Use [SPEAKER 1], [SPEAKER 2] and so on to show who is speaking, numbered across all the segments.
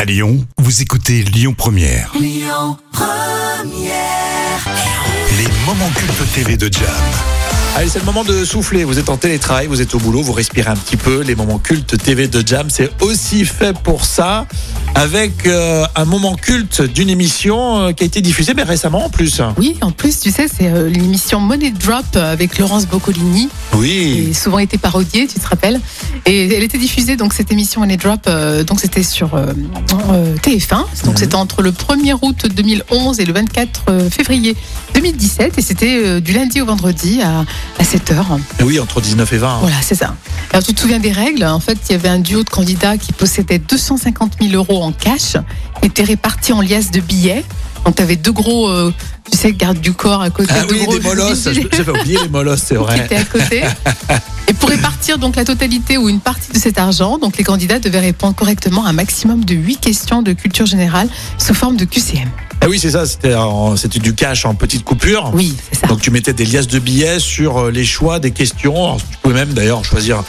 [SPEAKER 1] À Lyon, vous écoutez Lyon Première. Les moments cultes TV de Jam.
[SPEAKER 2] Allez, c'est le moment de souffler. Vous êtes en télétravail, vous êtes au boulot, vous respirez un petit peu. Les moments cultes TV de Jam, c'est aussi fait pour ça, avec euh, un moment culte d'une émission euh, qui a été diffusée mais récemment en plus.
[SPEAKER 3] Oui, en plus, tu sais, c'est euh, l'émission Money Drop euh, avec Laurence Boccolini, qui
[SPEAKER 2] Oui.
[SPEAKER 3] a souvent été parodiée, tu te rappelles. Et elle était diffusée, donc, cette émission Money Drop, euh, donc, c'était sur euh, euh, TF1. Donc,
[SPEAKER 2] Mhm.
[SPEAKER 3] c'était entre le 1er août 2011 et le 24 euh, février 2017. Et c'était euh, du lundi au vendredi à, à 7 heures.
[SPEAKER 2] Oui, entre 19 et 20.
[SPEAKER 3] Voilà, c'est ça. Alors, tu te souviens des règles En fait, il y avait un duo de candidats qui possédait 250 000 euros en cash, qui étaient répartis en liasses de billets. Donc, tu avais deux gros, euh, tu sais, gardes du corps à côté.
[SPEAKER 2] Ah
[SPEAKER 3] deux
[SPEAKER 2] oui,
[SPEAKER 3] gros
[SPEAKER 2] des molosses. Je- J'avais oublié les molosses, c'est
[SPEAKER 3] qui
[SPEAKER 2] vrai.
[SPEAKER 3] étaient à côté. Et pour répartir donc la totalité ou une partie de cet argent, donc les candidats devaient répondre correctement à un maximum de 8 questions de culture générale sous forme de QCM.
[SPEAKER 2] Ah oui, c'est ça. C'était en- c'était du cash en petite coupure.
[SPEAKER 3] Oui, c'est ça.
[SPEAKER 2] Donc tu mettais des liasses de billets sur euh, les choix des questions. Alors, tu pouvais même d'ailleurs choisir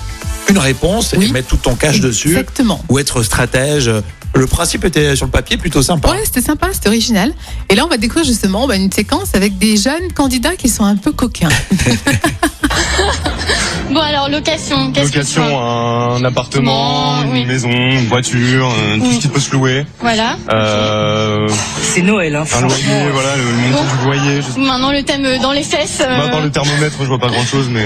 [SPEAKER 2] une réponse et
[SPEAKER 3] Oui.
[SPEAKER 2] mettre tout ton cash dessus
[SPEAKER 3] Exactement.
[SPEAKER 2] ou être stratège. Le principe était sur le papier plutôt sympa.
[SPEAKER 3] Ouais, c'était sympa, c'était original. Et là, on va découvrir justement bah, une séquence avec des jeunes candidats qui sont un peu coquins.
[SPEAKER 4] Bon alors location, qu'est-ce que tu
[SPEAKER 5] Location, hein.
[SPEAKER 4] prends
[SPEAKER 5] un appartement,
[SPEAKER 4] Non,
[SPEAKER 5] une
[SPEAKER 4] oui.
[SPEAKER 5] maison, une voiture, euh, tout
[SPEAKER 4] Oui.
[SPEAKER 5] ce qui peut se louer.
[SPEAKER 4] Voilà.
[SPEAKER 5] Euh,
[SPEAKER 6] C'est Noël, hein,
[SPEAKER 5] un
[SPEAKER 6] franchement.
[SPEAKER 5] loyer, Ah, voilà, le montant du loyer. Je sais
[SPEAKER 4] Maintenant le thème euh, dans les fesses. euh,
[SPEAKER 5] pas, par le thermomètre, je vois pas grand chose, mais.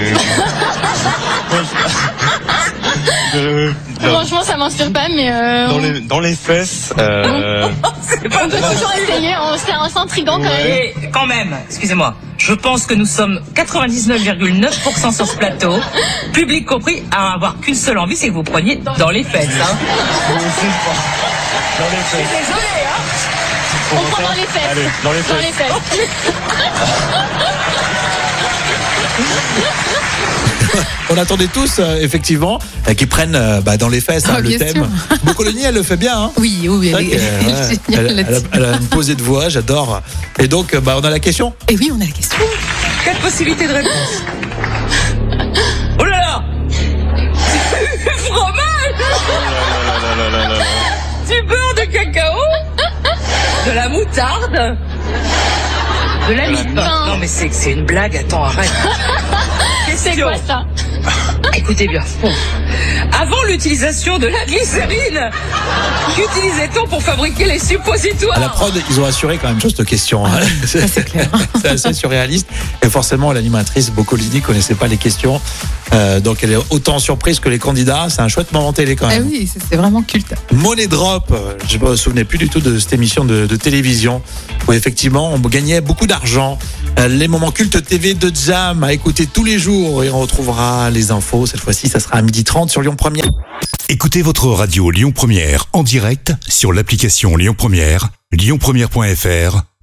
[SPEAKER 5] Euh, dans,
[SPEAKER 4] Franchement ça m'inspire pas mais euh,
[SPEAKER 5] dans
[SPEAKER 4] on,
[SPEAKER 5] les, dans les fesses, euh,
[SPEAKER 4] on peut toujours essayer, on- c'est un- c'est intriguant quand même.
[SPEAKER 5] Ouais.
[SPEAKER 6] Et quand même, excusez-moi, je pense que nous sommes 99,9% sur ce plateau, public compris, à avoir qu'une seule envie, c'est que vous preniez dans les fesses. Hein.
[SPEAKER 5] dans les fesses.
[SPEAKER 4] On prend dans les fesses.
[SPEAKER 5] Allez, dans les
[SPEAKER 4] Dans les
[SPEAKER 5] fesses.
[SPEAKER 4] fesses.
[SPEAKER 2] On attendait tous, euh, effectivement, euh, qu'ils prennent euh, bah, dans les fesses
[SPEAKER 3] Ah,
[SPEAKER 2] hein, le
[SPEAKER 3] bien
[SPEAKER 2] thème.
[SPEAKER 3] sûr.
[SPEAKER 2] Boccoloni, elle le fait bien. Hein.
[SPEAKER 3] Oui, oui, elle,
[SPEAKER 2] C'est
[SPEAKER 3] est-
[SPEAKER 2] vrai
[SPEAKER 3] elle est
[SPEAKER 2] qu'elle-
[SPEAKER 3] géniale
[SPEAKER 2] elle, elle a,
[SPEAKER 3] là-dessus.
[SPEAKER 2] elle a une posée de voix, j'adore. Et donc, euh, bah, on a la question.
[SPEAKER 3] Et oui, on a la question.
[SPEAKER 6] Quatre possibilités de réponse. Oh là là Fromage Du beurre de cacao De la moutarde De la mie
[SPEAKER 4] mie-pain.
[SPEAKER 6] Non mais c'est c'est une blague, attends, arrête.
[SPEAKER 4] C'est
[SPEAKER 6] Question.
[SPEAKER 4] quoi ça
[SPEAKER 6] Écoutez bien. Bon. Avant l'utilisation de la glycérine, qu'utilisait-on pour fabriquer les
[SPEAKER 2] À
[SPEAKER 3] Ah.
[SPEAKER 2] la
[SPEAKER 6] suppositoires
[SPEAKER 2] prod, ils ont assuré quand même chose cette question. hein.
[SPEAKER 3] c'est clair.
[SPEAKER 2] C'est assez surréaliste. Et forcément, l'animatrice Boccolini connaissait pas les questions. Euh, donc, elle est autant surprise que les candidats. C'est un chouette moment télé quand
[SPEAKER 3] Ah
[SPEAKER 2] même.
[SPEAKER 3] oui, c'est c'est vraiment culte.
[SPEAKER 2] Money Drop, euh, je me souvenais plus du tout de cette émission de, de télévision où effectivement on gagnait beaucoup d'argent. Euh, Les moments cultes TV de Jam à écouter tous les jours et on retrouvera les infos. Cette fois-ci, ça sera à 12h30 sur Lyon 1
[SPEAKER 1] Écoutez votre radio Lyon Première en direct sur l'application Lyon Première, lyonpremière.fr